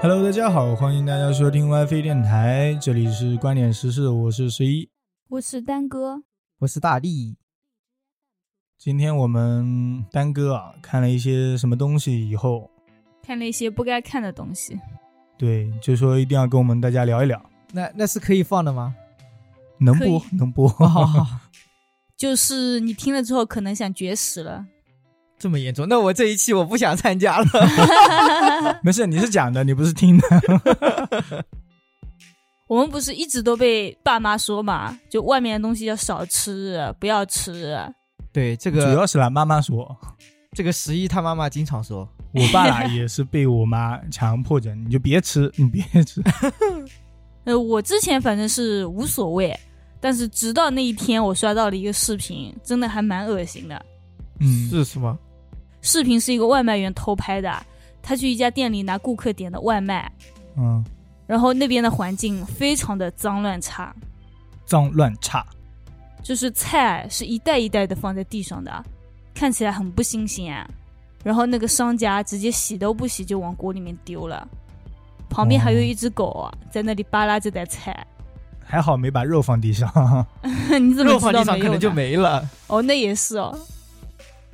Hello，大家好，欢迎大家收听 WiFi 电台，这里是观点时事，我是十一。我是丹哥，我是大力。今天我们丹哥啊看了一些什么东西以后，看了一些不该看的东西，对，就说一定要跟我们大家聊一聊，那那是可以放的吗？能可以播能播。哦，就是你听了之后可能想绝食了。这么严重？那我这一期我不想参加了。 没事，你是讲的，你不是听的。我们不是一直都被爸妈说嘛，就外面的东西要少吃，不要吃。 对，这主个要是啦，妈妈 说，这个十一他妈妈经常说，我爸啦也是被我妈强迫着，你就别吃， 你别吃。呃，我之前反正是无所谓，但是直到那一天，我刷到了一个视频，真的还蛮恶心的。嗯，是是吗？视频是一个外卖员偷拍的，他去一家店里拿顾客点的外卖，嗯，然后那边的环境非常的脏乱差，脏乱差。就是菜是一袋一袋的放在地上的，啊看起来很不新鲜、啊然后那个商家直接洗都不洗就往锅里面丢了，旁边还有一只狗、哦啊、在那里扒拉这袋菜。 还好没把肉放地上，你怎么肉知放道地上可有能就呢没了。哦，那也是哦。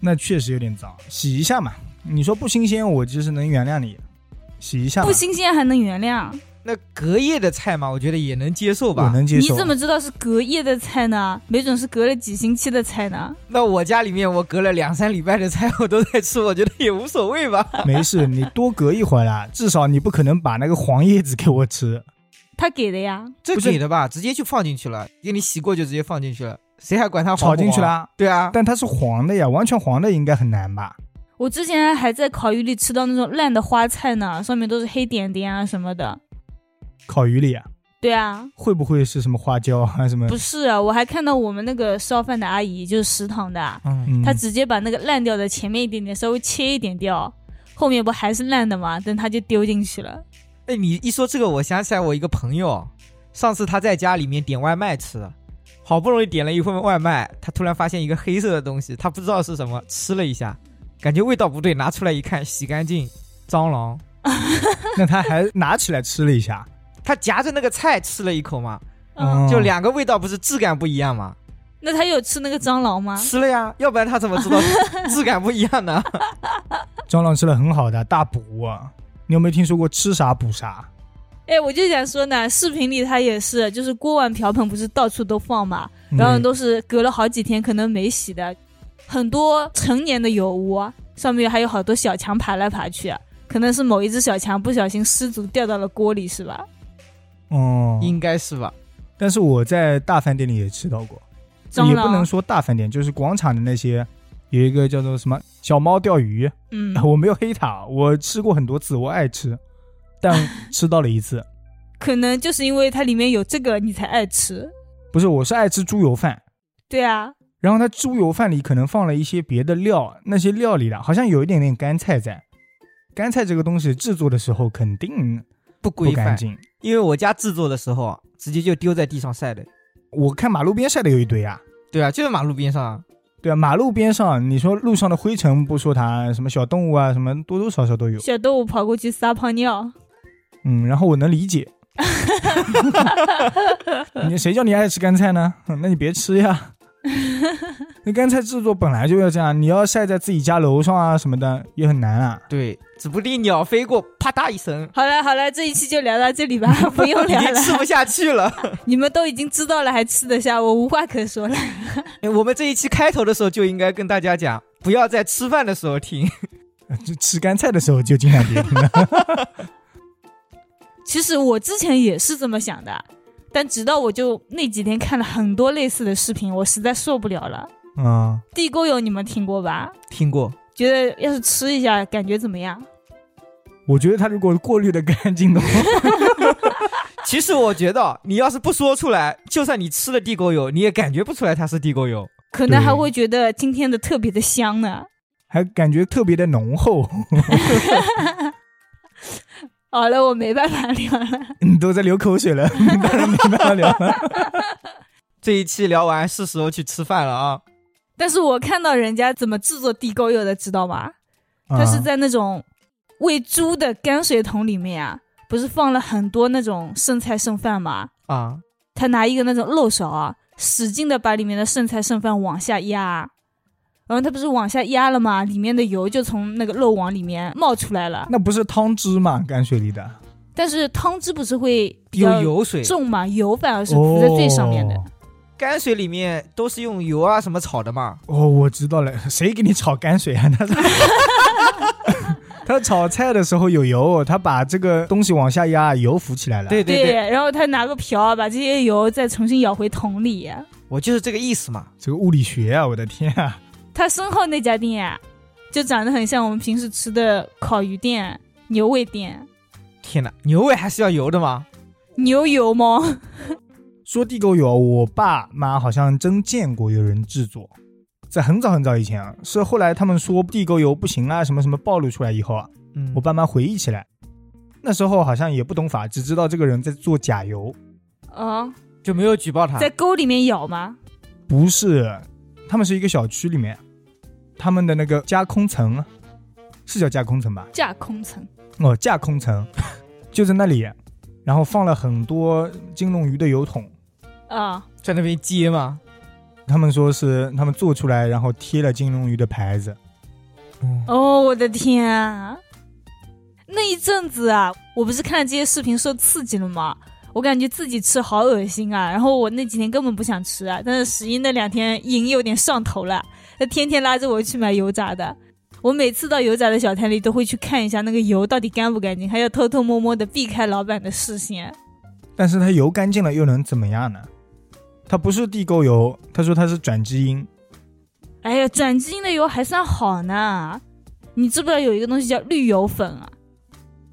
那确实有点脏，洗一下嘛。你说不新鲜，我就是能原谅你，洗啊一下嘛。不新鲜还能原谅？那隔夜的菜嘛，我觉得也能接受我吧。能接你受。怎么知道是隔夜的菜呢？没准是隔了几星期的菜呢。那我家里面我隔了两三礼拜的菜我都在吃，我觉得也无所谓吧。没事，你多隔一会儿啦，至少你不可能把那个黄叶子给我吃。他给的呀， 这不是给的吧，直接就放进去了，给你洗过就直接放进去了，谁还管它黄炒不进去黄？啦，对啊，但它是黄的呀，完全黄的应该很难吧？我之前还在烤鱼里吃到那种烂的花菜呢，上面都是黑点点啊什么的。烤鱼里啊，对啊，会不会是什么花椒啊什么？ 不是啊，我还看到我们那个烧饭的阿姨，就是食堂的啊，嗯，嗯，她直接把那个烂掉的前面一点点稍微切一点掉，后面不还是烂的吗？但她就丢进去了。哎，你一说这个，我想起来我一个朋友，上次他在家里面点外卖吃，好不容易点了一份外卖，他突然发现一个黑色的东西，他不知道是什么，吃了一下，感觉味道不对，拿出来一看，洗干净，蟑螂。那他还拿起来吃了一下，他夹着那个菜吃了一口嘛， 嗯，嗯就两个味道不是质感不一样嘛？那她有吃那个蟑螂嗯吗？吃了呀，要不然他怎么知道 质感不一样呢？蟑螂吃了很好的大补啊。你有没有听说过吃啥补啥？哎，我就想说呢，视频里她也是，就是锅碗瓢盆不是到处都放嘛，然后嗯都是隔了好几天可能没洗的，很多成年的油污，啊上面还有好多小强爬来爬去、啊可能是某一只小强不小心失足掉到了锅里，是吧？哦、应该是吧？但是我在大饭店里也吃到过，蟑也不能螂，说大饭店，就是广场的那些有一个叫做什么小猫钓鱼，嗯， 我没有黑它，我吃过很多次，我爱吃， 但吃到了一次，可能就是因为它里面有这个，你才爱吃。不是，我是爱吃猪油饭，对啊，然后它猪油饭里可能放了一些别的料，那些料里的好像有一点点干菜在，干菜这个东西制作的时候肯定不不规干范，净。因为我家制作的时候啊，直接就丢在地上晒的。我看马路边晒的有一堆啊，对啊，就在马路边上啊。对啊，马路边上，你说路上的灰尘不说它，什么小动物啊，什么多多少少都有，小动物跑过去撒泡尿，嗯，然后我能理 解。你谁叫你爱吃干菜呢？那你别吃 呀。那干菜制作本来就要这样，你要晒在自己家楼上啊什么的也很难啊。对，指不定鸟飞过，啪嗒一声，好了好了，这一期就聊到这里吧， 不用 已聊经了。吃不下去 了。你们都已经知道了，还吃得下，我无话可说了。哎我们这一期开头的时候就应该跟大家讲，不要在吃饭的时候听。就吃干菜的时候就尽量别听了。其实我之前也是这么想的，但直到我就那几天看了很多类似的视频，我实在受不了了。 嗯，地沟油你们听过吧？听过，觉得要是吃一下，感觉怎么样？我觉得它如果过滤的干净 的话，其实我觉得你要是不说出来，就算你吃了地沟油，你也感觉不出来它是地沟油。可能对还会觉得今天的特别的香呢。还感觉特别的浓厚。好了，我没办法聊了。你都在流口水 了，当然没办法聊了。这一期聊完是时候去吃饭了啊！但是我看到人家怎么制作地沟油的，知道吗？他是嗯在那种喂猪的泔水桶里面啊，不是放了很多那种剩菜剩饭吗？啊，他拿一个那种漏勺啊，使劲的把里面的剩菜剩饭往下压，然后他不是往下压了吗？里面的油就从那个漏网里面冒出来了。嗯那不是汤汁嘛？泔水里的但是汤汁不是会比有较油水，重嘛，油反而是浮在最上面的。哦泔水里面都是用油啊什么炒的嘛。哦，我知道了，谁给你炒泔水啊？他是 他炒菜的时候有油，他把这个东西往下压，油浮起来了。，对对对，然后他拿个瓢啊把这些油再重新舀回桶里。我就是这个意思嘛。这个物理学啊，我的天啊！他身后那家店啊，就长得很像我们平时吃的烤鱼店、牛味店、天哪，牛尾还是要油的吗？牛油吗？说地沟油，我爸妈好像真见过有人制作，在很早很早以前啊，是后来他们说地沟油不行啊，什么什么暴露出来以后啊，嗯我爸妈回忆起来，那时候好像也不懂法，只知道这个人在做假油， 啊，就没有举报他。在沟里面舀吗？不是，他们是一个小区里面，他们的那个架空层，啊是叫架空层吧？架空层，哦，架空层 就在那里，然后放了很多金龙鱼的油桶，啊，在那边接嘛。他们说是他们做出来，然后贴了金龙鱼的牌子。哦，我的天啊！那一阵子啊，我不是看了这些视频受刺激了吗？我感觉自己吃好恶心啊，然后我那几天根本不想吃啊，但是十一那两天瘾有点上头了，他天天拉着我去买油炸的。我每次到油炸的小摊里都会去看一下那个油到底干不干净，还要偷偷摸摸的避开老板的视线。但是它油干净了又能怎么样呢？它不是地沟油，他说它是转基因。哎呀，转基因的油还算好呢，你知不知道有一个东西叫绿油粉啊？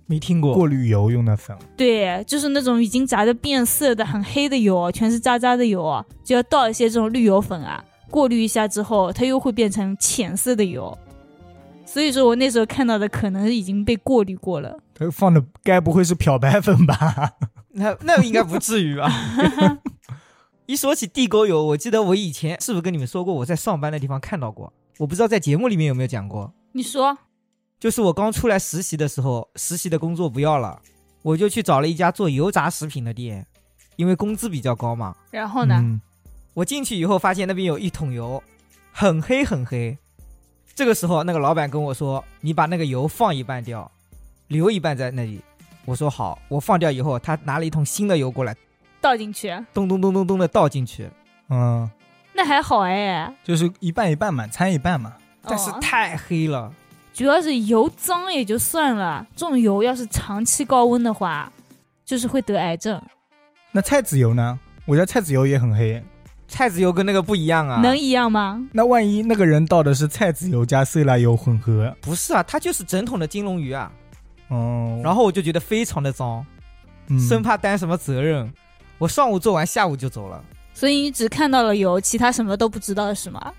没听过，过滤油用的粉，对，就是那种已经炸的变色的、很黑的油，全是渣渣的油，啊就要倒一些这种绿油粉啊，过滤一下之后，它又会变成浅色的油。所以说我那时候看到的可能已经被过滤过了。它放的该不会是漂白粉吧？那那应该不至于吧？ 一说起地沟油，我记得我以前是不是跟你们说过，我在上班的地方看到过？我不知道在节目里面有没有讲过。你说就是我刚出来实习的时候，实习的工作不要了，我就去找了一家做油炸食品的店，因为工资比较高嘛。然后呢？嗯我进去以后发现那边有一桶油，很黑很黑。这个时候，那个老板跟我说：“你把那个油放一半掉，留一半在那里。”我说：“好。”我放掉以后，他拿了一桶新的油过来，倒进去，咚咚咚咚咚的倒进去。嗯，那还好哎，就是一半一半嘛，掺一半嘛。但是哦太黑了，主要是油脏也就算了，这种油要是长期高温的话，就是会得癌症，那菜籽油呢？我家菜籽油也很黑。菜籽油跟那个不一样啊。能一样吗？那万一那个人倒的是菜籽油加色拉油混合，不是啊，它就是整桶的金龙鱼啊。哦，然后我就觉得非常的脏，嗯生怕担什么责任。我上午做完，下午就走了。所以你只看到了油，其他什么都不知道是吗？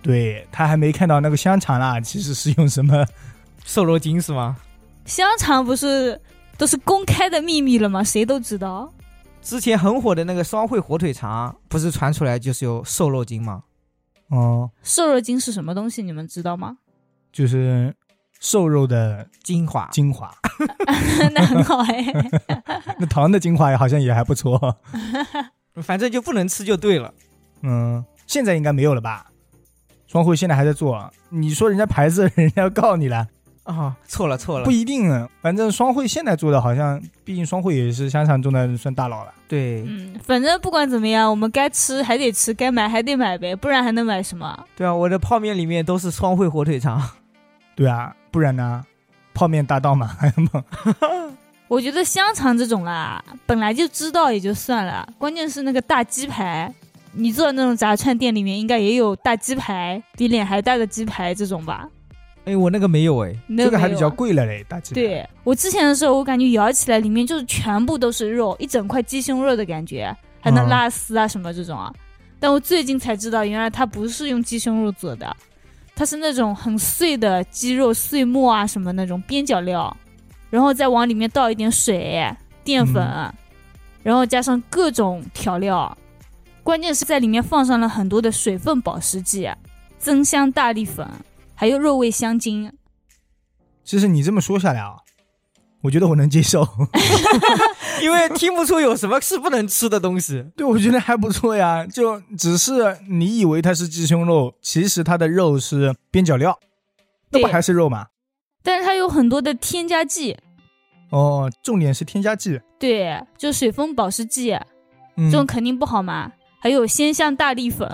对他还没看到那个香肠啦，其实是用什么？瘦肉精是吗？香肠不是都是公开的秘密了吗？谁都知道。之前很火的那个双汇火腿肠，不是传出来就是有瘦肉精吗？哦，瘦肉精是什么东西？你们知道吗？ 就是瘦肉的精华精华， 那 很好哎，那糖的精华好像也还不错。反正就不能吃就对了。嗯，现在应该没有了吧？双汇现在还在做，你说人家牌子，人家要告你了，啊，错了错了，不一定。啊反正双汇现在做的好像，毕竟双汇也是香肠中的算大佬了。对嗯，反正不管怎么样，我们该吃还得吃，该买还得买呗，不然还能买什么？对啊，我的泡面里面都是双汇火腿肠，对啊，不然呢？泡面大盗嘛， 我觉得香肠这种啦，本来就知道也就算了，关键是那个大鸡排，你做的那种炸串店里面应该也有大鸡排，比脸还大的鸡排这种吧？哎，我那个没有哎，你那这个还比没有较啊贵了嘞，大鸡排。对我之前的时候，我感觉咬起来里面就是全部都是肉，一整块鸡胸肉的感觉，还能嗯拉丝啊什么这种啊。但我最近才知道，原来它不是用鸡胸肉做的，它是那种很碎的鸡肉碎末啊什么那种边角料，然后再往里面倒一点水、淀粉，然后加上各种调料，关键是在里面放上了很多的水分保湿剂、增香大力粉，还有肉味香精。其实你这么说下来啊，我觉得我能接受， 因为听不出有什么是不能吃的东西。对我觉得还不错呀。就只是你以为它是鸡胸肉，其实它的肉是边角料，那不对还是肉吗？但是它有很多的添加剂，哦，重点是添加剂，对，就水蜂保湿剂，嗯这，种肯定不好嘛。还有鲜香大力粉，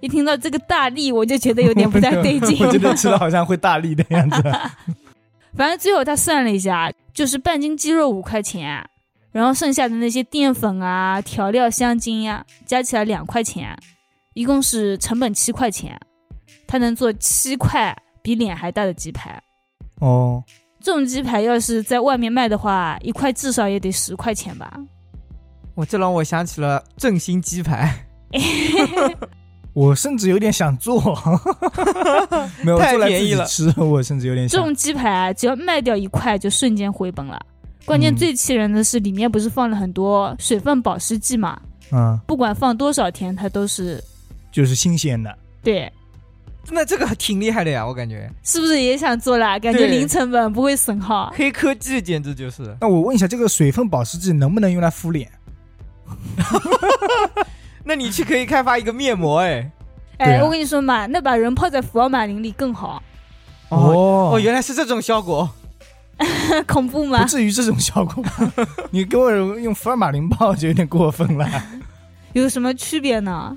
一听到这个大力，我就觉得有点不太对劲。 我觉得吃的好像会大力的样子。 反正最后他算了一下，就是半斤鸡肉五块钱，然后剩下的那些淀粉啊、调料、香精呀、加起来两块钱，一共是成本七块钱。他能做七块比脸还大的鸡排，哦，这种鸡排要是在外面卖的话，一块至少也得十块钱吧。我这让我想起了正新鸡排， 我甚至有点想 做，没有太做来自便宜己了吃，我甚至有点这想种鸡排啊只要卖掉一块就瞬间回本了。关键嗯最气人的是，里面不是放了很多水分保湿剂嘛？嗯，不管放多少天，它都是就是新鲜的。对，那这个还挺厉害的呀，我感觉是不是也想做啦？感觉对零成本不会损耗。黑科技简直就是。那我问一下，这个水分保湿剂能不能用来敷脸？那你去可以开发一个面膜哎。对哎，啊我跟你说嘛，那把人泡在福尔马林里更好， 哦哦哦，原来是这种效果。恐怖吗不？至于这种效果吧？ 你给我用福尔马林泡就有点过分 了。有什么区别呢？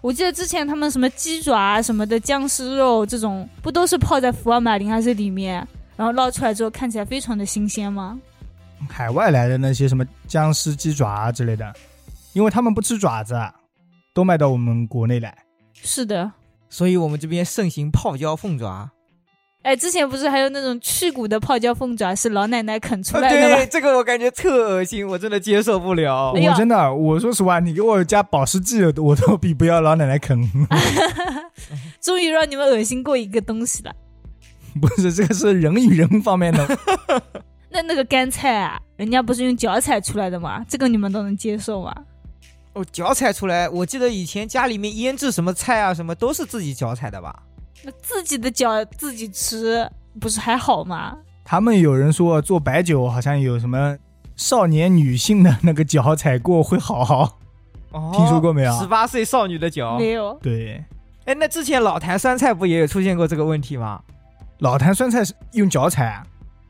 我记得之前他们什么鸡爪啊什么的僵尸肉这种，不都是泡在福尔马林还是里面，然后捞出来之后看起来非常的新鲜吗？海外来的那些什么僵尸鸡爪啊之类的，因为他们不吃爪子啊，都卖到我们国内来。是的，所以我们这边盛行泡椒凤爪。哎，之前不是还有那种去骨的泡椒凤爪是老奶奶啃出啊来的吗？ 对，这个我感觉特恶心，我真的接受不了哎。呀我真的，我说实话，你给我加保湿剂，我都比不要老奶奶啃。 终于让你们恶心过一个东西了。不是，这个是人与人方面 的。那那个干菜啊，人家不是用脚踩出来的吗？这个你们都能接受吗？哦，脚踩出来，我记得以前家里面腌制什么菜啊，什么都是自己脚踩的吧？那自己的脚自己吃，不是还好吗？他们有人说做白酒好像有什么少年女性的那个脚踩过会好。哦听说过没有十八岁少女的脚。没有，对，哎，那之前老坛酸菜不也有出现过这个问题吗？老坛酸菜是用脚踩啊，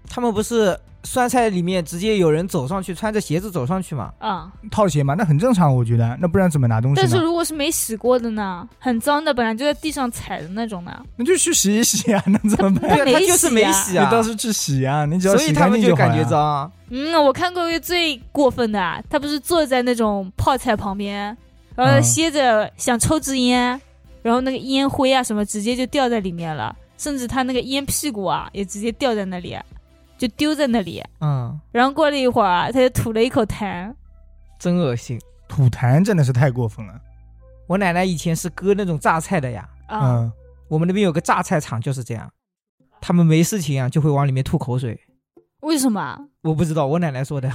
他们不是酸菜里面直接有人走上去，穿着鞋子走上去吗？啊、套鞋嘛，那很正常，我觉得。那不然怎么拿东西但是呢？如果是没洗过的呢，很脏的，本来就在地上踩的那种呢，那就去洗一洗啊，能怎么办？没对 啊，他就是没洗你啊，倒是去洗啊，你只要所以洗他干们净就好感觉了。脏啊。嗯，我看过一个最过分的啊，他不是坐在那种泡菜旁边，然后嗯歇着想抽支烟，然后那个烟灰啊什么直接就掉在里面了，甚至他那个烟屁股啊也直接掉在那里，就丢在那里。嗯，然后过了一会儿啊，他就吐了一口痰，真恶心。吐痰真的是太过分了。我奶奶以前是割那种榨菜的呀，啊，嗯，我们那边有个榨菜厂就是这样，他们没事情啊就会往里面吐口水。为什么啊？我不知道，我奶奶说的。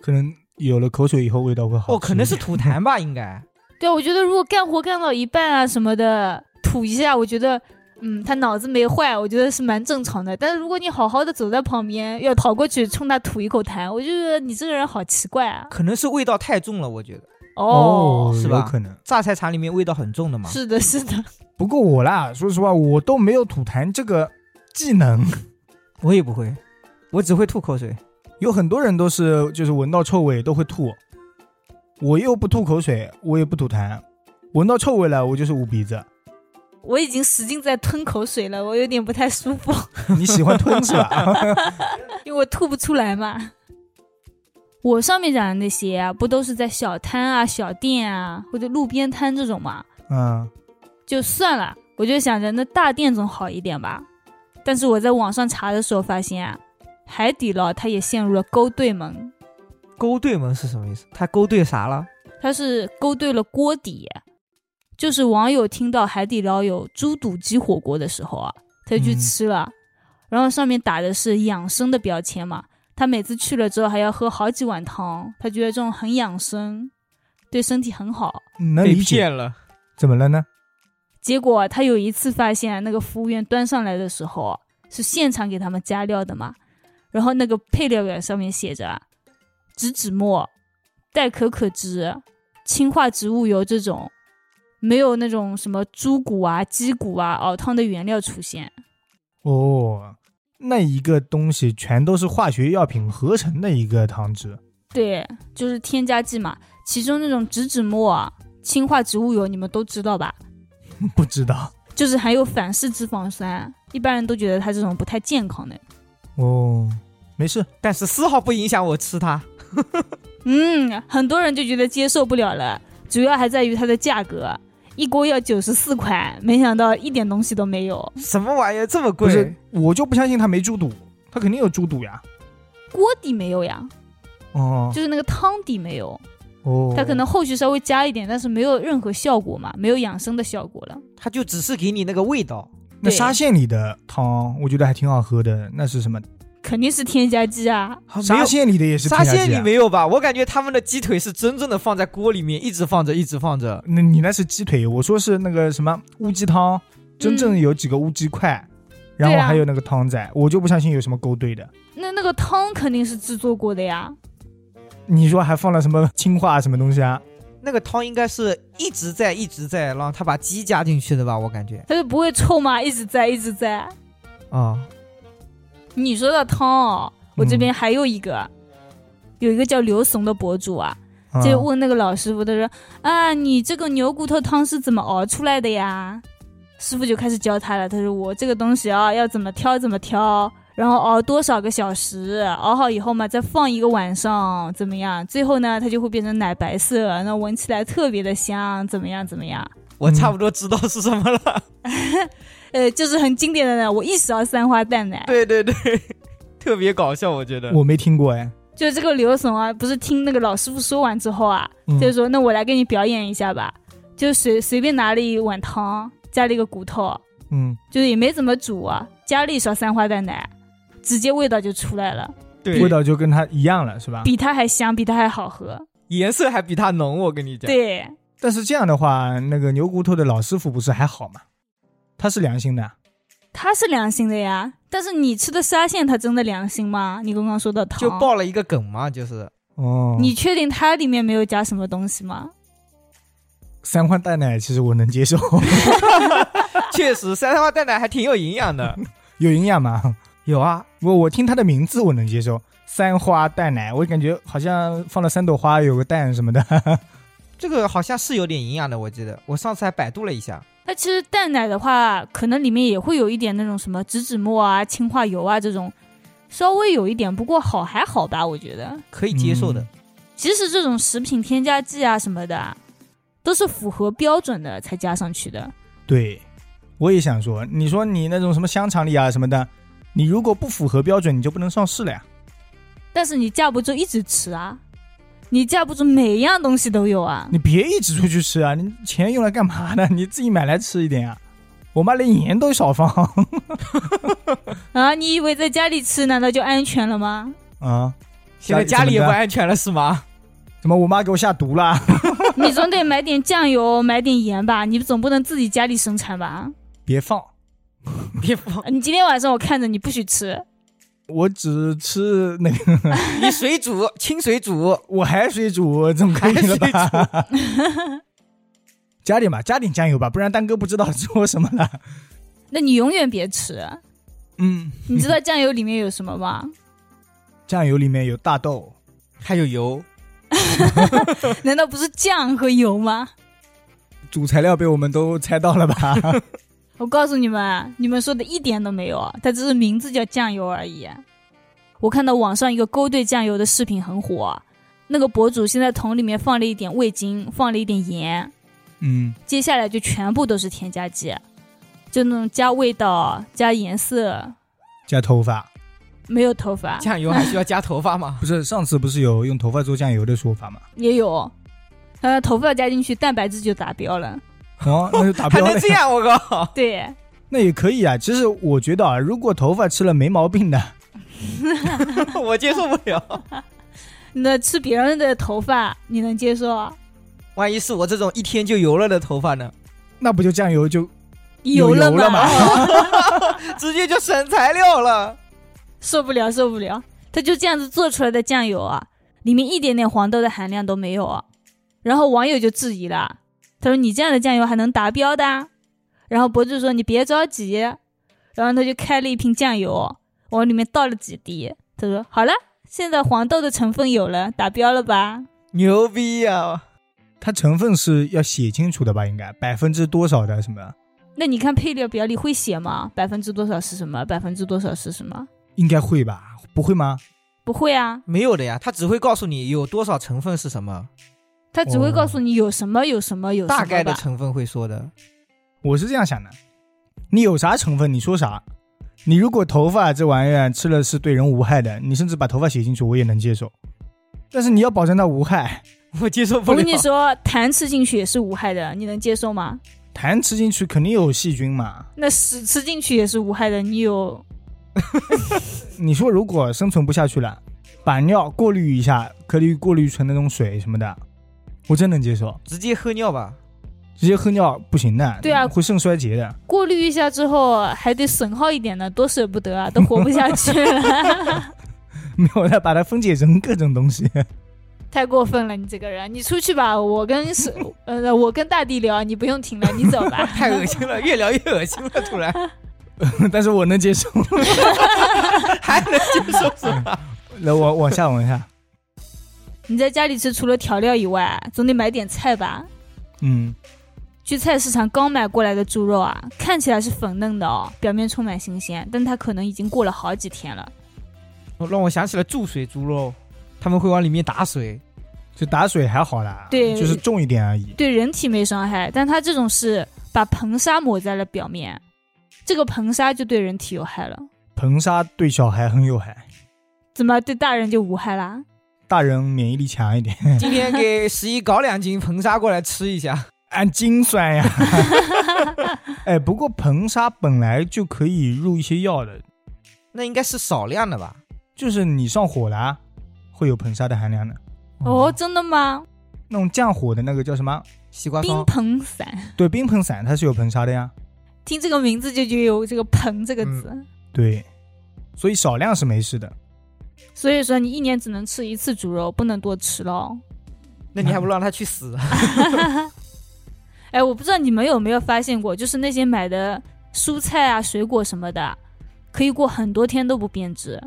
可能有了口水以后味道会好。哦，可能是。吐痰吧，应该。对啊，我觉得如果干活干到一半啊什么的吐一下，我觉得，嗯，他脑子没坏，我觉得是蛮正常的。但是如果你好好的走在旁边，要跑过去冲他吐一口痰，我就觉得你这个人好奇怪啊。可能是味道太重了，我觉得哦，是有吧可能。榨菜厂里面味道很重的嘛。是的，是的，不过我啦，说实话，我都没有吐痰这个技能。 我也不会，我只会吐口水。有很多人都是，就是闻到臭味都会吐。我又不吐口水，我也不吐痰，闻到臭味了，我就是捂鼻子。我已经使劲在吞口水了，我有点不太舒服， 你喜欢吞是吧？ 因为我吐不出来嘛。我上面讲的那些啊，不都是在小摊啊、小店啊或者路边摊这种嘛？嗯，就算了，我就想着那大店总好一点吧。但是我在网上查的时候发现啊，海底捞它也陷入了勾兑门，勾兑门是什么意思？他勾兑啥了？它是勾兑了锅底。就是网友听到海底捞有猪肚鸡火锅的时候啊，他就去嗯吃了，然后上面打的是养生的标签嘛。他每次去了之后还要喝好几碗汤，他觉得这种很养生，对身体很好。能被理解。骗了。怎么哎了呢？结果他有一次发现那个服务员端上来的时候是现场给他们加料的嘛，然后那个配料表上面写着啊，植脂末、代可可脂、氢化植物油这种，没有那种什么猪骨啊、鸡骨啊熬汤的原料出现。哦，那一个东西全都是化学药品合成的一个汤汁。对，就是添加剂嘛。其中那种植脂末、啊、氢化植物油，你们都知道吧？ 不知道就是含有反式脂肪酸，一般人都觉得它这种不太健康的。哦，没事，但是丝毫不影响我吃它。嗯，很多人就觉得接受不了了，主要还在于它的价格，一锅要九十四块，没想到一点东西都没有。什么玩意儿这么不是贵？我就不相信他没猪肚，他肯定有猪肚呀。锅底没有呀，哦就是那个汤底没有，哦，它可能后续稍微加一点，但是没有任何效果嘛，没有养生的效果了。它就只是给你那个味道。那对沙县里的汤，我觉得还挺好喝的。那是什么？肯定是添加剂啊，没沙有县里的也是沙添加县剂里啊。没有吧？我感觉他们的鸡腿是真正的放在锅里面一直放着，一直放着。那你那是鸡腿，我说是那个什么乌鸡汤，真正有几个乌鸡块，嗯然后对啊还有那个汤仔，我就不相信有什么勾兑的。那那个汤肯定是制作过的呀。你说还放了什么氰化什么东西啊？那个汤应该是一直在一直在让他把鸡加进去的吧？我感觉它就不会臭吗？一直在，一直在。啊、你说的汤哦，我嗯这边还有一个，有一个叫刘怂的博主啊，啊就问那个老师傅，他说：“啊，你这个牛骨头汤是怎么熬出来的呀？”师傅就开始教他了，他说：“我这个东西啊，要怎么挑怎么挑，然后熬多少个小时，熬好以后嘛，再放一个晚上，怎么样？最后呢，它就会变成奶白色，那闻起来特别的香，怎么样？怎么样？我差不多知道是什么了。呃，就是很经典的呢，我一勺三花淡奶。” 对对对，特别搞笑，我觉得。我没听过哎。就这个刘怂啊，不是听那个老师傅说完之后啊，嗯就说那我来给你表演一下吧，就随随便拿了一碗汤，加了一个骨头，嗯，就是也没怎么煮啊，加了一勺三花淡奶，直接味道就出来了，对味道就跟它一样了，是吧？比它还香，比它还好喝。颜色还比它浓，我跟你讲。，对，但是这样的话，那个牛骨头的老师傅不是还好吗？他是良心的，它是良心的呀，但是你吃的沙县它真的良心吗？你刚刚说的糖，就爆了一个梗嘛， 就是哦，你确定它里面没有加什么东西吗？三花淡奶其实我能接受， 确实三酸花蛋奶还挺有营养的。有营养嘛？ 有啊，我我听它的名字我能接受，三花淡奶，我感觉好像放了三朵花，有个蛋什么的。 这个好像是有点营养的，我记得我上次还百度了一下。那其实淡奶的话，可能里面也会有一点那种什么植脂末啊、氢化油啊这种，稍微有一点，不过好还好吧，我觉得。可以接受的嗯，其实这种食品添加剂啊什么的啊，都是符合标准的才加上去的。对，我也想说，你说你那种什么香肠里啊什么的，你如果不符合标准，你就不能上市了呀。但是你架不住一直吃啊，你架不住每样东西都有啊。你别一直出去吃啊，你钱用来干嘛呢？你自己买来吃一点啊。我妈连盐都少放啊，你以为在家里吃难道就安全了吗？ 啊！现在家里也不怎么着安全了是吗？ 怎么我妈给我下毒了？你总得买点酱油，买点盐吧，你总不能自己家里生产吧？啊别放，别放，你今天晚上我看着你不许吃，我只吃那个，你水煮清水煮我海水煮总 可还以是了水吧？煮，加点吧，加点酱油吧，不然丹哥不知道说什么了。那你永远别吃。嗯，你知道酱油里面有什么吗？ 酱油里面有大豆，还有油。难道不是酱和油吗？主材料被我们都猜到了吧？我告诉你们啊，你们说的一点都没有，啊它只是名字叫酱油而已。我看到网上一个勾兑酱油的视频很火，啊那个博主先在桶里面放了一点味精，放了一点盐， 嗯，接下来就全部都是添加剂，就那种加味道、加颜色，加头发。没有头发酱油还需要加头发吗？不是上次不是有用头发做酱油的说法吗？也有，呃，头发加进去，蛋白质就达标了。哦，那就打还标能了。这样？我靠！ 对，那也可以啊。其实我觉得啊，如果头发吃了没毛病的，我接受不了。那吃别人的头发，你能接受啊？ 万一是我这种一天就油了的头发 呢？那不就酱油就油有油了吗？吗直接就省材料了。受不了，受不了！它就这样子做出来的酱油啊，里面一点点黄豆的含量都没有啊。然后网友就质疑了，他说：“你这样的酱油还能达标的啊？”然后博主说：“你别着急。”然后他就开了一瓶酱油，往里面倒了几滴。他说：“好了，现在黄豆的成分有了，达标了吧牛逼啊呀、它成分是要写清楚的吧？应该百分之多少的什么？？”那你看配料表里会写吗？百分之多少是什么？百分之多少是什么？应该会吧？不会吗？不会啊，没有的呀，他只会告诉你有多少成分是什么，他只会哦告诉你有什么有什么有什么大概的吧成分会说的。我是这样想的，你有啥成分你说啥。你如果头发这玩意儿吃了是对人无害的，你甚至把头发写进去我也能接受，但是你要保证它无害。 我接受不我了跟。你说，痰吃进去也是无害的，你能接受吗？痰吃进去肯定有细菌嘛。那屎吃进去也是无害的，你有你说如果生存不下去了，把尿过滤一下，可以过滤成那种水什么的，我真能接受。直接喝尿吧，直接喝尿不行的，对啊会肾衰竭的。过滤一下之后还得损耗一点呢，多舍不得啊，都活不下 去了， 没有，它把它分解成各种东西。 太过分了，你这个人，你出去吧，我跟是呃，我跟大地聊，你不用听了，你走 吧。太恶心了，越聊越恶心了，突然但是我能接受。 还能接受是吧？来，我往下往下，你在家里吃除了调料以外，总得买点菜吧？嗯，去菜市场刚买过来的猪肉啊，看起来是粉嫩的哦，表面充满新鲜，但它可能已经过了好几天了。 让我想起了注水猪肉，他们会往里面打水，就打水还好啦，对就是重一点而已。对人体没伤害，但它这种是把硼砂抹在了表面，这个硼砂就对人体有害了。硼砂对小孩很有害，怎么对大人就无害啦？大人免疫力强一点， 今天给十一搞两斤 硼砂过来吃一下。按精算呀。 哎，不过硼砂本来就可以入一些药的，那应该是少量的吧？就是你上火啦、会有硼砂的含量的。哦，，真的吗？那种降火的那个叫什么？西瓜冰霜硼散，对，冰硼散它是有硼砂的呀。听这个名字就觉得有这个“硼”这个字。对，所以少量是没事的。所以说，你一年只能吃一次猪肉，不能多吃喽。那你还不如让他去死？哎，我不知道你们有没有发现过，就是那些买的蔬菜啊、水果什么的，可以过很多天都不变质，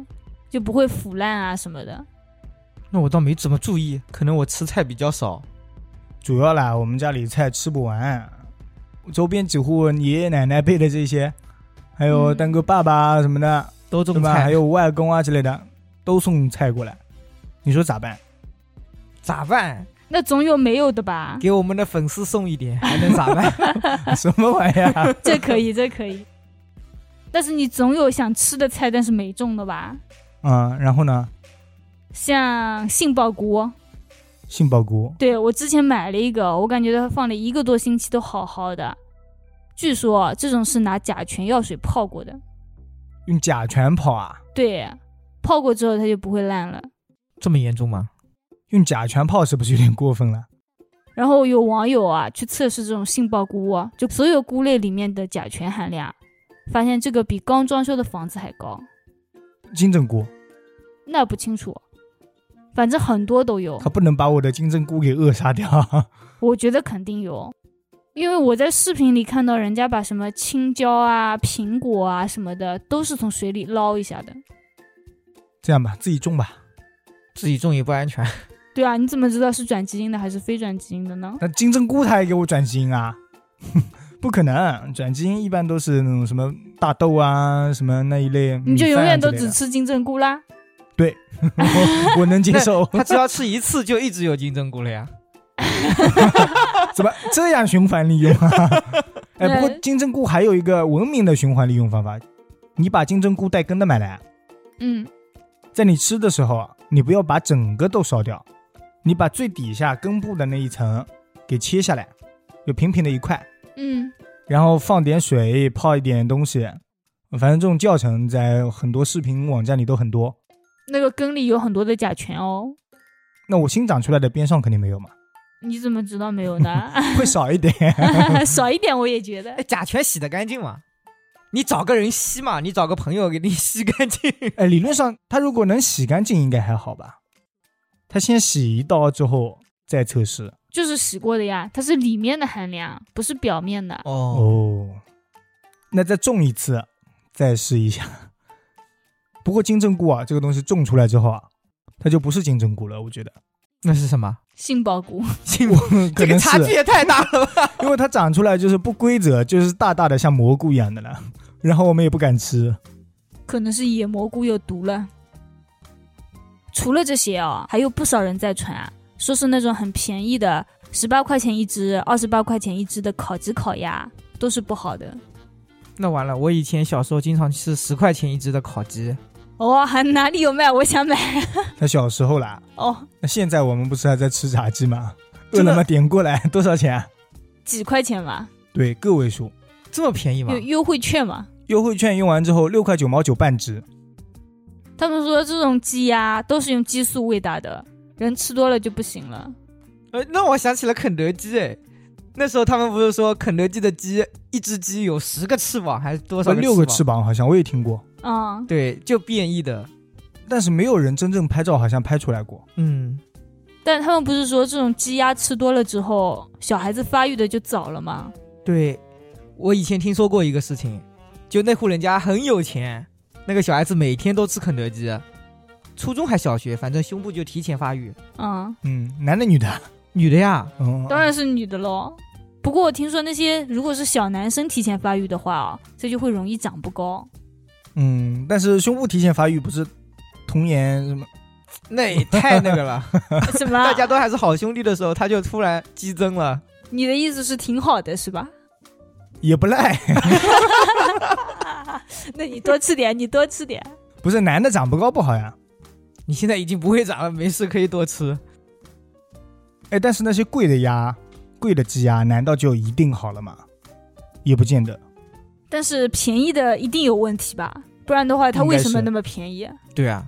就不会腐烂啊什么的。 那我倒没怎么注意，可能我吃菜比较少。主要啦，我们家里菜吃不完，周边几户爷爷奶奶辈的这些，还有嗯蛋哥爸爸什么的，都对种吧？菜，还有外公啊之类的，都送菜过来，你说咋办？咋办？那总有没有的吧？给我们的粉丝送一点，还能咋办？ 什么玩意儿？啊这可以，这可以。但是你总有想吃的菜，但是没种的吧？嗯，然后呢？像杏鲍菇，杏鲍菇，对我之前买了一个，我感觉它放了一个多星期都好好的。据说这种是拿甲醛药水泡过的，用甲醛泡啊？对，泡过之后它就不会烂了。这么严重吗？用甲醛泡是不是有点过分了？然后有网友啊去测试这种杏鲍菇、啊，就所有菇类里面的甲醛含量，发现这个比刚装修的房子还高。金针菇，那不清楚，反正很多都有。它不能把我的金针菇给扼杀掉。 我觉得肯定有，因为我在视频里看到人家把什么青椒啊、苹果啊什么的，都是从水里捞一下的。这样吧，自己种吧。自己种也不安 全。。对啊，你怎么知道是转基因的还是非转基因的呢？那金针菇它还给我转基因啊？ 不可能，转基因一般都是那种什么大豆啊，什么那一类米饭啊之类的。你就永远都只吃金针菇啦？ 我，我能接受 他只要吃一次就一直有金针菇了呀。怎么这样循环利用啊？ 哎，不过那金针菇还有一个文明的循环利用方法，你把金针菇带根的买来，啊嗯，在你吃的时候啊，你不要把整个都烧掉，你把最底下根部的那一层给切下来，就平平的一块，嗯，然后放点水泡一点东西，反正这种教程在很多视频网站里都很多。那个根里有很多的甲醛哦，那我新长出来的边上肯定没有嘛， 你怎么知道没有呢？ 会少一点。少一点我也觉得哎，甲醛洗得干净吗？你找个人吸嘛，你找个朋友给你吸干净。哎，理论上它如果能洗干净，应该还好吧？它先洗一道之后再测试。就是洗过的呀，它是里面的含量，不是表面的。 哦，哦，那再种一次，再试一下。不过金针菇啊，这个东西种出来之后啊，它就不是金针菇了，我觉得，那是什么？杏鲍菇，幸福？可这能个差距是也太大了吧？ 因为它长出来就是不规则，就是大大的像蘑菇一样的了。 然后我们也不敢吃，可能是野蘑菇有毒了。除了这些啊、还有不少人在传啊，说是那种很便宜的，十八块钱一只、二十八块钱一只的烤鸡、烤鸭都是不好的。 那完了，我以前小时候经常吃十块钱一只的烤鸡，哦，还哪里有卖？我想买。 它小时候啦。哦，那现在我们不是还在吃炸鸡吗？饿真的了么点过来 多少钱啊、几块钱吧，对，个位数。这么便宜吗有？优惠券嘛。优惠券用完之后，六块九毛九半只。他们说这种鸡鸭都是用激素喂大的，人吃多了就不行了。呃，那我想起了肯德基，哎，那时候他们不是说肯德基的鸡一只鸡有十个翅膀还是多少呃六个哦翅翅？膀好像我也听过，嗯，对，就变异的。但是没有人真正拍照，好像拍出来过。嗯，但他们不是说这种鸡鸭吃多了之后，小孩子发育的就早了吗？对，我以前听说过一个事情，就那户人家很有钱，那个小孩子每天都吃肯德基，初中还小学，反正胸部就提前发育。嗯，嗯，男的女的？女的呀，嗯，当然是女的喽。不过我听说那些如果是小男生提前发育的话啊，这就会容易长 不高。嗯，但是胸部提前发育不是童颜什么？ 那也太那个了。 什么？大家都还是好兄弟的时候，他就突然激增了。你的意思是挺好的是吧？ 也不赖， 那你多吃点，你多吃点。不是男的长不高不好呀。你现在已经不会长了，没事可以多吃。哎，但是那些贵的鸭、贵的鸡鸭，难道就一定好了吗？也不见得。但是便宜的一定有问题吧？不然的话，它为什么那么便宜？对啊，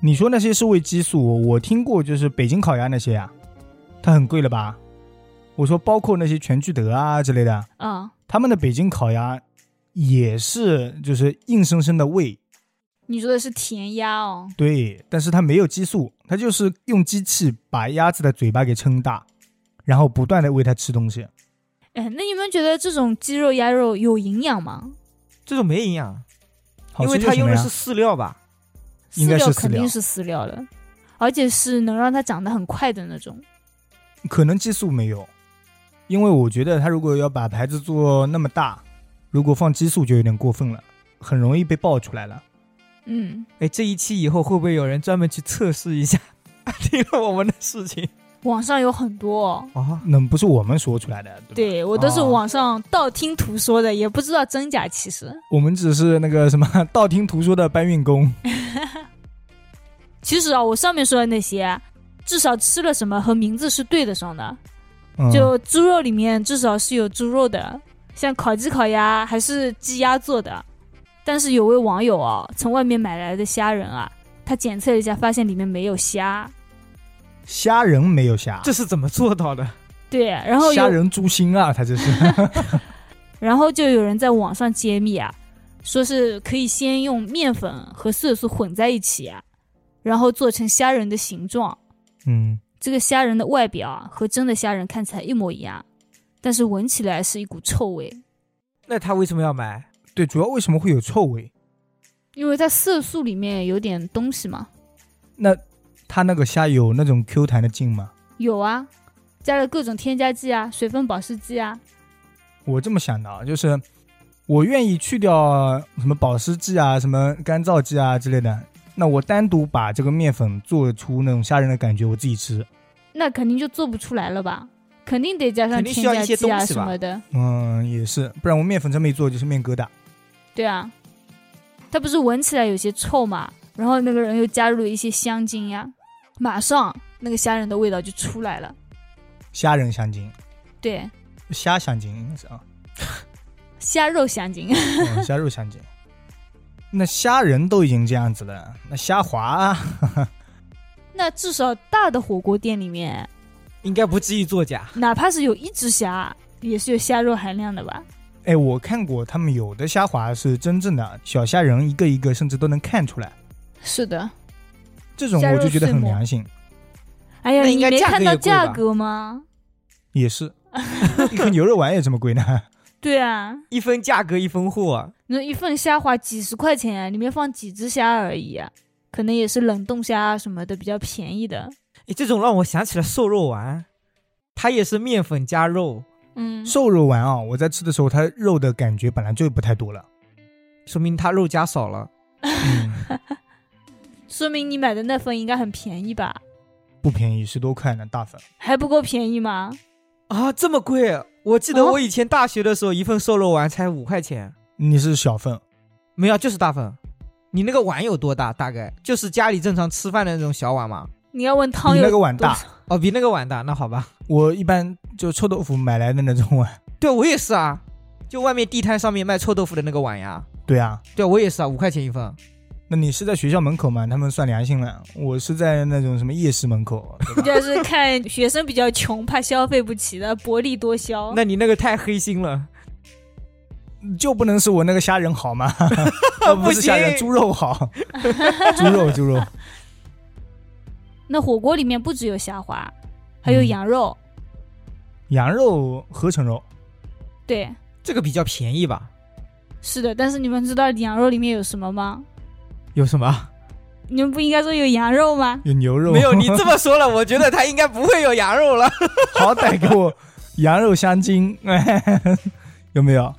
你说那些是喂激素，我听过，就是北京烤鸭那些呀、它很贵了吧？我说包括那些全聚德啊之类的，啊、他们的北京烤鸭也是就是硬生生的喂，你说的是甜鸭哦，对，但是它没有激素，它就是用机器把鸭子的嘴巴给撑大，然后不断的喂它吃东西。哎，那你们觉得这种鸡肉、鸭肉有营养吗？这种没营养，好因吃为他什用么的呀是饲料吧？应饲该是料饲肯定料是饲料的，而且是能让它长得很快的那种。可能激素没有，因为我觉得它如果要把牌子做那么大，如果放激素就有点过分了，很容易被爆出来了。嗯，哎，这一期以后会不会有人专门去测试一下？ 听了我们的事情网上有很多、哦，啊，那不是我们说出来的，对吧对我都是哦网上道听途说的，也不知道真假。其实， 我们只是那个什么 道听途说的搬运工。其实啊，我上面说的那些，至少吃了什么和名字是对得上的。嗯、就猪肉里面至少是有猪肉的，像烤鸡、烤鸭还是鸡鸭做的。但是有位网友啊，从外面买来的虾仁啊，他检测了一下，发现里面没有虾。虾仁没有虾，这是怎么做到的？对，然后虾有，仁诛心啊，他这是。 然后就有人在网上揭秘啊，说是可以先用面粉和色素混在一起啊，然后做成虾仁的形状。嗯，这个虾仁的外表啊，和真的虾仁看起来一模一样，但是闻起来是一股臭味，那他为什么要买？对，主要为什么会有臭味？因为它色素里面有点东西嘛。那它那个虾有那种 Q 弹的劲吗？有啊，加了各种添加剂啊，水分保湿剂啊。我这么想的啊，就是我愿意去掉什么保湿剂啊、什么干燥剂啊之类的，那我单独把这个面粉做出那种虾仁的感觉，我自己吃。那肯定就做不出来了吧？肯定得加上肯定添需要加一些剂啊东西什吧么的。嗯，也是，不然我面粉这么一做就是面疙瘩。对啊，它不是闻起来有些臭嘛？然后那个人又加入了一些香精呀、马上那个虾仁的味道就出来了。虾仁香精，对，虾香精应该是啊。虾肉香精。 嗯，虾肉香精。那虾仁都已经这样子了，那虾滑、啊，那至少大的火锅店里面，应该不至于作假。哪怕是有一只虾，也是有虾肉含量的吧？哎，我看过他们有的虾滑是真正的小虾仁，一个一个甚至都能看出来，是的，这种虾我肉就觉得碎很末良心，哎呀，那应你该没价格看也到贵价吧格吗？也 是一颗牛肉丸也这么贵呢。对啊，一分价格一分货啊，你说一份虾滑几十块钱、啊，里面放几只虾而已、啊，可能也是冷冻虾啊什么的比较便宜的。诶哎这种让我想起了瘦肉丸，它也是面粉加肉，嗯，瘦肉丸啊，我在吃的时候，它肉的感觉本来就不太多 了。说明它肉加少了。嗯，说明你买的那份应该很便宜吧？不便宜，十多块呢，大份。还不够便宜吗？啊，这么贵！我记得哦我以前大学的时候，一份瘦肉丸才五块钱，你是小份，没有，就是大份。你那个碗有多大？大概就是家里正常吃饭的那种小碗嘛。你要问汤比有那个碗多大少。哦，比那个碗大，那好吧。我一般就臭豆腐买来的那种碗。对我也是啊，就外面地摊上面卖臭豆腐的那个碗呀。对啊，对我也是啊，五块钱一份。那你是在学校门口嘛？他们算良心了。我是在那种什么夜市门口，对吧？ 就是看学生比较穷，怕消费不起的，薄利多销。那你那个太黑心了，就不能是我那个虾仁好 吗？ 呃不是虾仁，行猪肉好，猪肉猪肉。那火锅里面不只有虾滑，还有嗯羊肉。羊肉、合成肉，对，这个比较便宜吧？是的。但是你们知道羊肉里面有什么吗？有什 么？你们不应该说有羊肉吗？有牛肉，没有，你这么说了，我觉得它应该不会有羊肉了。 好歹给我羊肉香精， 有没有？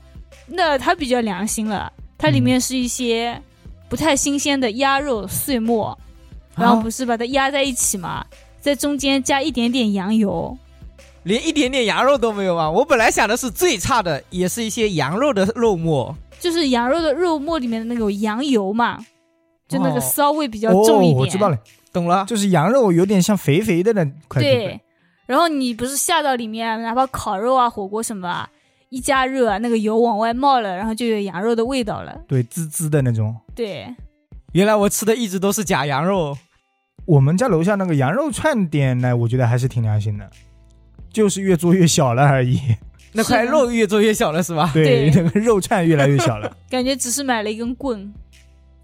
那它比较良心了，它里面是一些不太新鲜的鸭肉碎末，然后啊不是把它压在一起嘛，在中间加一点点羊油。连一点点羊肉都没有吗？啊我本来想的是最差的，也是一些羊肉的肉末。就是羊肉的肉末里面的那种羊油嘛，就那个哦骚味比较哦重一，点。我知道了，懂了，就是羊肉有点像肥肥的那块部分对，然后你不是下到里面，哪怕烤肉啊、火锅什么啊，一加热、啊，那个油往外冒了，然后就有羊肉的味道了。对，滋滋的那种。对，原来我吃的一直都是假羊肉。我们家楼下那个羊肉串店呢，我觉得还是挺良心的，就是越做越小了而已。那块是的肉越做越小了是吧？对，对那个肉串越来越小了。感觉只是买了一根棍。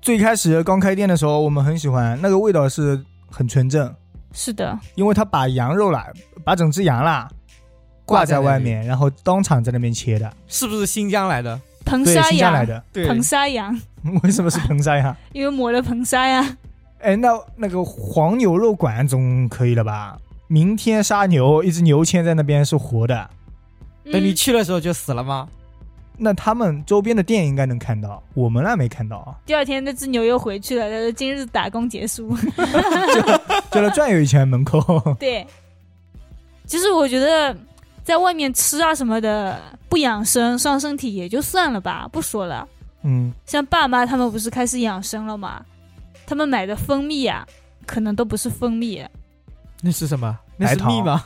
最开始刚开店的时候，我们很喜欢那个味道，是很纯正，是的，因为他把羊肉啦，把整只羊啦挂在在那外里，面，然后当场在那边切的，是不是新疆来的？硼对，砂新疆来羊，的。 对硼砂羊，为什么是硼砂呀？因为抹了硼砂呀。哎，那那个黄牛肉馆总可以了吧？明天杀牛，一只牛牵在那边是活的，等哎你嗯、去的时候就死了吗？那他们周边的店应该能看到，我们那没看到啊。第二天那只牛又回去了，他说今日打工结束。，就来转悠一圈门口 对，其实我觉得在外面吃啊什么的不养生伤身体也就算了吧，不说了。嗯，像爸妈他们不是开始养生了吗？他们买的蜂蜜啊，可能都不是蜂蜜，那是什么？那是白糖蜜吗？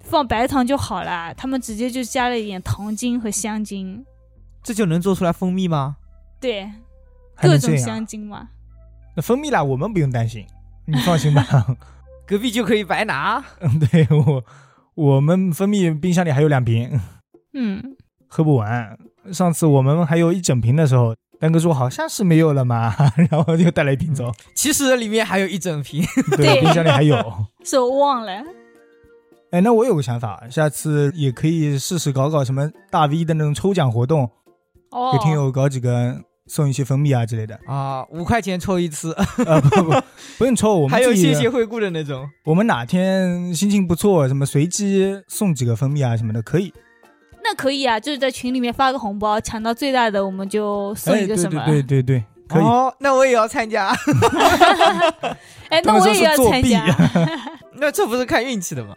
放白糖就好啦。他们直接就加了一点糖精和香精，这就能做出来蜂蜜吗？对，还各能这种香样。精嘛。那蜂蜜啦，我们不用担心，你放心吧。 隔壁就可以白拿。嗯，对我，我们蜂蜜冰箱里还有两瓶，嗯，喝不完。上次我们还有一整瓶的时候，丹哥说好像是没有了嘛， 然后就带了一瓶走。其实里面还有一整 瓶。对，嗯对冰箱里还 有。是我忘了。哎，那我有个想法，下次也可以试试搞搞什么大 V 的那种抽奖活动，哦给，听友搞几个送一些蜂蜜啊之类 的。啊，五块钱抽一次，啊，不不，不用抽，我们还有自己谢谢惠顾的那种。我们哪天心情不错，什么随机送几个蜂蜜啊什么的，可以。那可以啊，就是在群里面发个红包，抢到最大的我们就送哎，对一个对什么。啊对对对，可以。哦，那我也要参加。 他哎，那们我说也是要作参弊啊加。那这不是看运气的吗？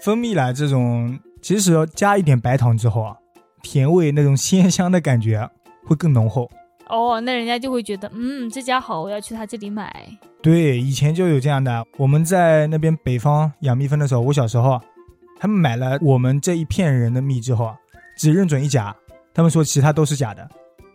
蜂蜜啦，这种其实加一点白糖之后啊，甜味那种鲜香的感觉啊会更浓厚。哦，那人家就会觉得，嗯，这家好，我要去他这里买。对，以前就有这样的。我们在那边北方养蜜蜂的时候，我小时候啊，他们买了我们这一片人的蜜之后啊，只认准一家，他们说其他都是假的。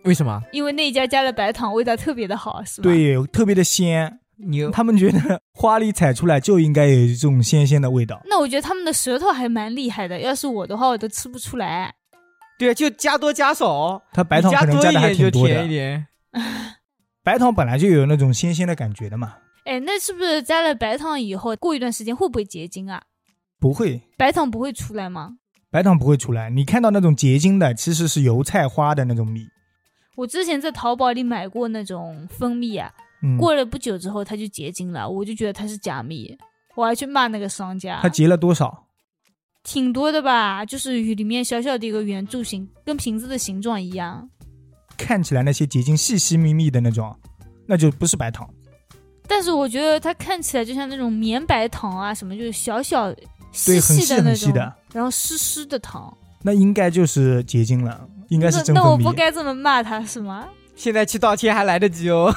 为什么？因为那一家加了白糖，味道特别的好，是吧？，对，特别的鲜，牛他们觉得花里采出来就应该有一种鲜鲜的味道。那我觉得他们的舌头还蛮厉害的，要是我的话，我都吃不出来。对，啊就加多加少，哦它白糖你加可能多加一的还点就挺多甜一的，点。白糖本来就有那种鲜鲜的感觉的嘛，哎，那是不是加了白糖以后，过一段时间会不会结晶啊？不会，白糖不会出来吗？白糖不会出来。你看到那种结晶的，其实是油菜花的那种米，我之前在淘宝里买过那种蜂蜜啊，嗯，过了不久之后它就结晶了，我就觉得它是假蜜，我还去骂那个商家它，结了多少？挺多的吧，就是里面小小的一个圆柱形，跟瓶子的形状一样，看起来那些结晶细细密密的那种，那就不是白糖。但是我觉得它看起来就像那种绵白糖啊，什么就是小小对细很细细的那很细种，的然后湿湿的糖，那应该就是结晶了，应该是真那那蜂我蜜不。该这么骂它是吗？现在去道歉还来得及 哦。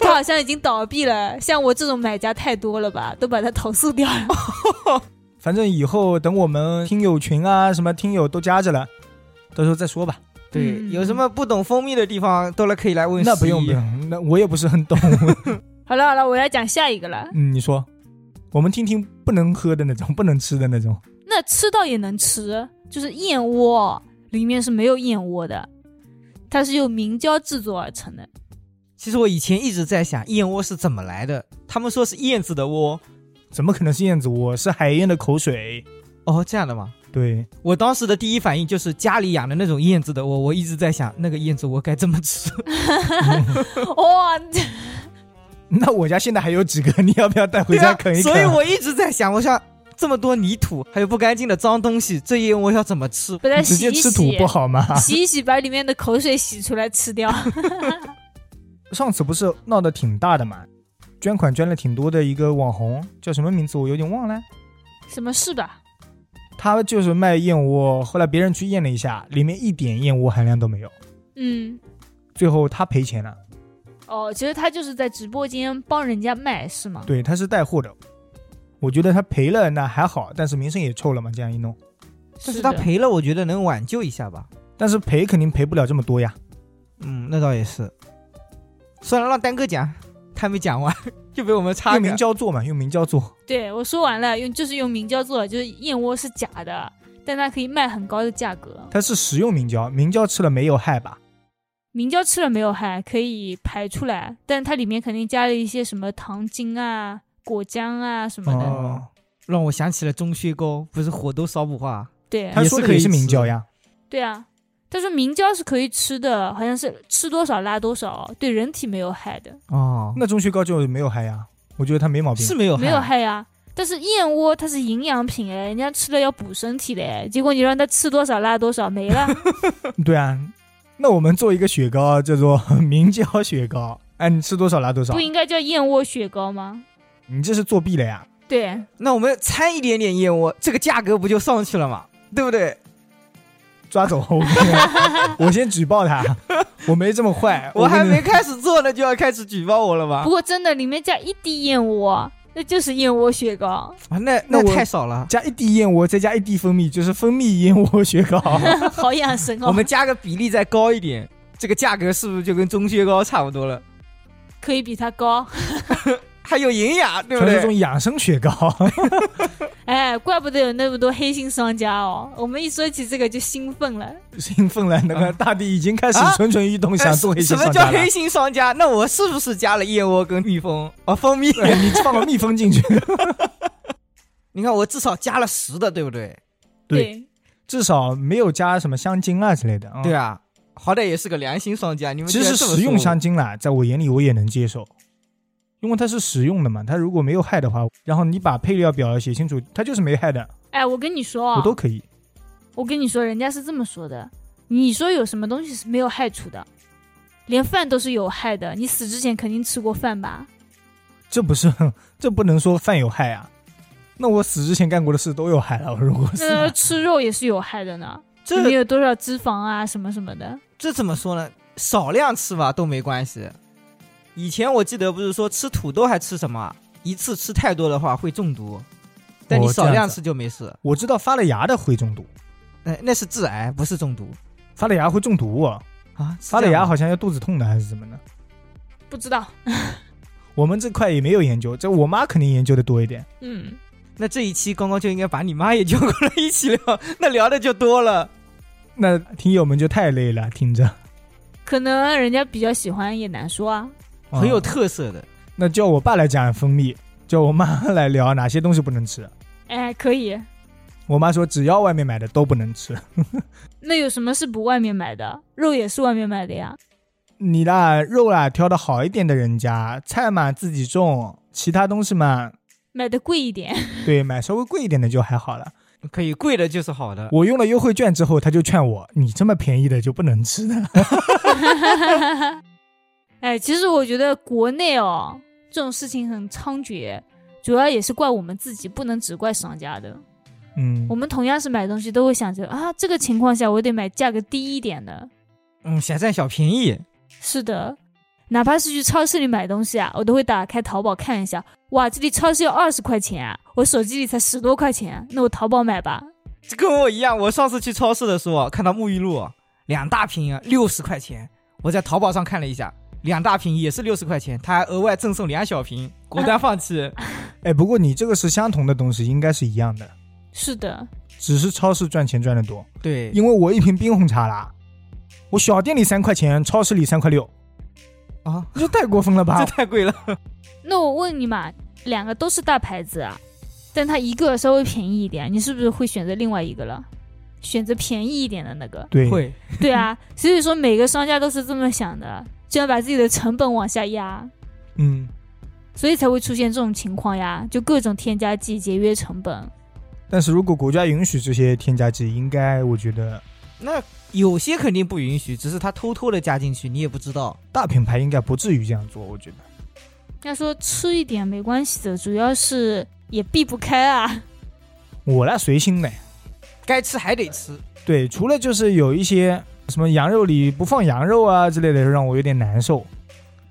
它好像已经倒闭了，像我这种买家太多了吧，都把它投诉掉了。 反正以后等我们听友群啊，什么听友都加着了，到时候再说吧。对，嗯有什么不懂蜂蜜的地方，都来可以来问。那不用不，用，那我也不是很懂。好了好了，我要讲下一个了。嗯，你说，我们听听不能喝的那种，不能吃的那种。那吃到也能吃，就是燕窝里面是没有燕窝的，它是由明胶制作而成的。 其实我以前一直在想燕窝是怎么来的，他们说是燕子的窝。怎么可能是燕子窝？是海燕的口水。哦，这样的吗？对，我当时的第一反应就是家里养的那种燕子的窝，我一直在想那个燕子窝该怎么吃。哇、那我家现在还有几个，你要不要带回对家啊，啃一啃？所以我一直在想，我想这么多泥土，还有不干净的脏东西，这燕窝要怎么吃？把它直洗接一吃洗，土啊不好吗？洗一洗，把里面的口水洗出来吃掉。 上次不是闹得挺大的嘛，捐款捐了挺多的一个网红，叫什么名字我有点忘了。什么事吧？他就是卖燕窝，后来别人去验了一下，里面一点燕窝含量都没有，嗯，最后他赔钱了。哦，其实他就是在直播间帮人家卖是吗？对，他是带货的，我觉得他赔了那还好，但是名声也臭了嘛，这样一弄。但的是他赔了，我觉得能挽救一下吧。但是赔肯定赔不了这么多呀。嗯，那倒也是。算了，让丹哥讲，他没讲完就被我们插用明掉。胶做嘛，用明胶做，对，我说完了，用就是用明胶做的，就是燕窝是假的，但它可以卖很高的价格。它是食用明胶，明胶吃了没有害吧？明胶吃了没有害，可以排出来，但它里面肯定加了一些什么糖精啊、果浆啊什么的。哦，让我想起了钟薛高，不是火都烧不化。对他说的也是明胶呀。对啊，他说明胶是可以吃的，好像是吃多少拉多少，对人体没有害的，哦，那钟薛高就没有害呀，我觉得他没毛病。是没有没有害害呀、但是燕窝它是营养品哎，人家吃了要补身体的哎，结果你让他吃多少拉多少没了。 对啊，那我们做一个雪糕叫做 明胶雪糕，哎，你吃多少拿多少不，应该叫燕窝雪糕吗？你这是作弊了呀！对，啊那我们掺一点点燕窝，这个价格不就上去了吗？对不对？抓走后面， 我先举报他，我没这么坏， 我还跟你没开始做呢，就要开始举报我了吧不？过真的里面加一滴燕窝，那就是燕窝雪 糕。啊，那那那我太少了，加一滴燕窝，再加一滴蜂蜜，就是蜂蜜燕窝雪糕。好养生哦！ 我们加个比例再高一点，这个价格是不是就跟钟薛高差不多了？可以比它高，还有营养， 对不传说对？中养生雪糕， 哎，怪不得有那么多黑心商家哦。我们一说起这个就兴奋了，兴奋了，那个大地已经开始啊蠢蠢欲动，哎想做一些什么商叫家了。黑心商家？那我是不是加了燕窝跟蜜蜂啊蜂蜜？哎你放个蜜蜂进去， 你看我至少加了十的，对不对？对，至少没有加什么香精啊之类的。对啊，啊，好歹也是个良心商家，你们其实食用香香精啦，在我眼里我也能接受，因为它是食用的嘛，它如果没有害的话，然后你把配料表写清楚，它就是没害的，哎，我跟你说啊，我都可以。我跟你说，人家是这么说的，你说有什么东西是没有害处的？连饭都是有害的，你死之前肯定吃过饭吧？这不是， 这不能说饭有害啊。那我死之前干过的事都有害了，如果是呃那呃吃肉也是有害的呢，里面这有多少脂肪啊，什么什么的。这怎么说呢？少量吃吧都没关系。以前我记得不是说吃土豆还吃什么，一次吃太多的话会中毒，但你哦少这量样子吃就没事。我知道发了芽的会中毒，哎，那是致癌，不是中毒发了芽会中毒、啊，啊！是发了这样芽吗好像要肚子痛的还是怎么呢？不知道，我们这块也没有研究，这我妈肯定研究的多一点。嗯， 那这一期刚刚就应该把你妈也叫过来一起聊，那聊的就多了。那听友们就太累了，听着。可能人家比较喜欢也难说啊。很有嗯特色的。那叫我爸来讲蜂蜜，叫我妈 来聊哪些东西不能吃。哎，可以。我妈说只要外面买的都不能吃。那有什么是不外面买的？肉也是外面买的呀。你啦，肉啦挑的好一点的人家，菜嘛自己种，其他东西嘛，买的贵一点， 对，买稍微贵一点的就还好了。可以贵的就是好的，我用了优惠券之后，他就劝我，你这么便宜的就不能吃的。哎，其实我觉得国内哦，这种事情很猖獗，主要也是怪我们自己，不能只怪商家的。嗯我们同样是买东西，都会想着啊，这个情况下我得买价格低一点的。嗯，想占小便宜，是的，哪怕是去超市里买东西啊，我都会打开淘宝看一下，哇，这里超市要二十块钱啊，我手机里才十多块钱，啊那我淘宝买吧。这跟我一样。我上次去超市的时候，啊看到沐浴露两大瓶啊六十块钱，我在淘宝上看了一下，两大瓶也是六十块钱，他还额外赠送两小瓶，果断放 弃。哎，不过你这个是相同的东西，应该是一样的，是的，只是超市赚钱赚的多。对，因为我一瓶冰红茶啦，我小店里三块钱，超市里三块六，啊，这太过分了吧，这？太贵了。那我问你嘛，两个都是大牌子啊，但它一个稍微便宜一点，你是不是会选择另外一个了？选择便宜一点的那个对，会，对啊， 所以说每个商家都是这么想的，就要把自己的成本往下压，嗯，所以才会出现这种情况呀，就各种添加剂节约成本。但是如果国家允许这些添加剂，应该我觉得那有些肯定不允许，只是他偷偷的加进去，你也不知道。大品牌应该不至于这样做。我觉得，要说吃一点没关系的，主要是也避不开啊。我啦随心的，该吃还得吃，对，除了就是有一些什么羊肉里不放羊肉啊之类的，让我有点难受。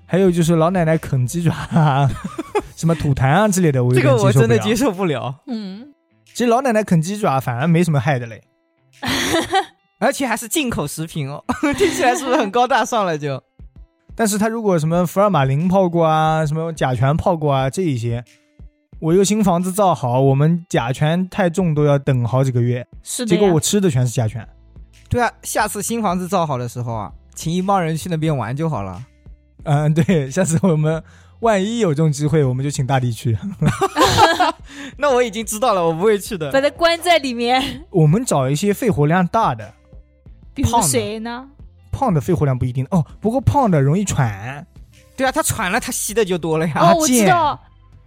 还有就是老奶奶啃鸡爪啊， 什么吐痰啊之类的，我有这点个我受不真的了。接受不了，嗯，其实老奶奶啃鸡爪反而没什么害的嘞。而且还是进口食品哦， 听起来是不是很高大上了就？但是他如果什么福尔马林泡过啊，什么甲醛泡过啊这一些，我一个新房子造好，我们甲醛太重都要等好几个月， 是的结呀。果我吃的全是甲醛。对啊，下次新房子造好的时候啊，请一帮人去那边玩就好了。嗯， 对，下次我们万一有这种机会，我们就请大地去，嗯那我已经知道了，我不会去把的。它关在 里面，我们找一些肺活量大的，比如胖的谁呢？胖的肺活量不一定哦，不过胖的容易喘。对啊，他喘了，他吸的就多了呀。哦，我知贱道，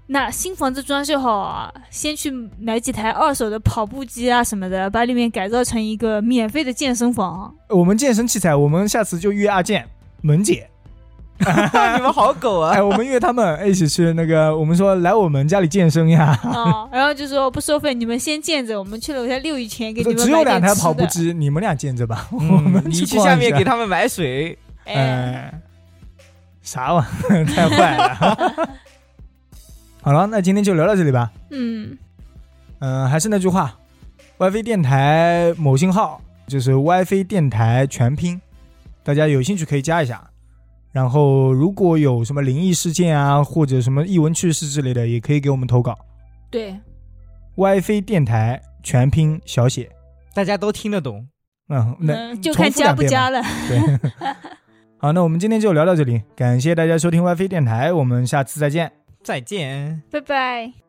那新房子装修好啊，先去买几台二手的跑步机啊什么的，把里面改造成一个免费的健身 房。我们健身器材，我们下次就约阿健、萌姐， 你们好狗啊！哎，我们约他们一起去那个，我们说来我们家里健身呀。啊，然后就说不收费，你们先见着，我们去楼下溜一圈，给你 们只有买两点台吃跑步的。机，你们俩见着吧，嗯我们你去去逛下一面下给他们买水。哎，哎，啥玩意儿？ 太坏了。 好了，那今天就聊到这里吧。嗯，嗯、还是那句话，WiFi 电台某信号就是 WiFi 电台全拼，大家有兴趣可以加一下。然后如果有什么灵异事件啊，或者什么异闻趣事之类的，也可以给我们投稿。对， WiFi 电台全拼小写，大家都听得懂，嗯，那嗯，就看加不加了。了。对，好，那我们今天就聊到这里，感谢大家收听 WiFi 电台，我们下次再见。再见。拜拜。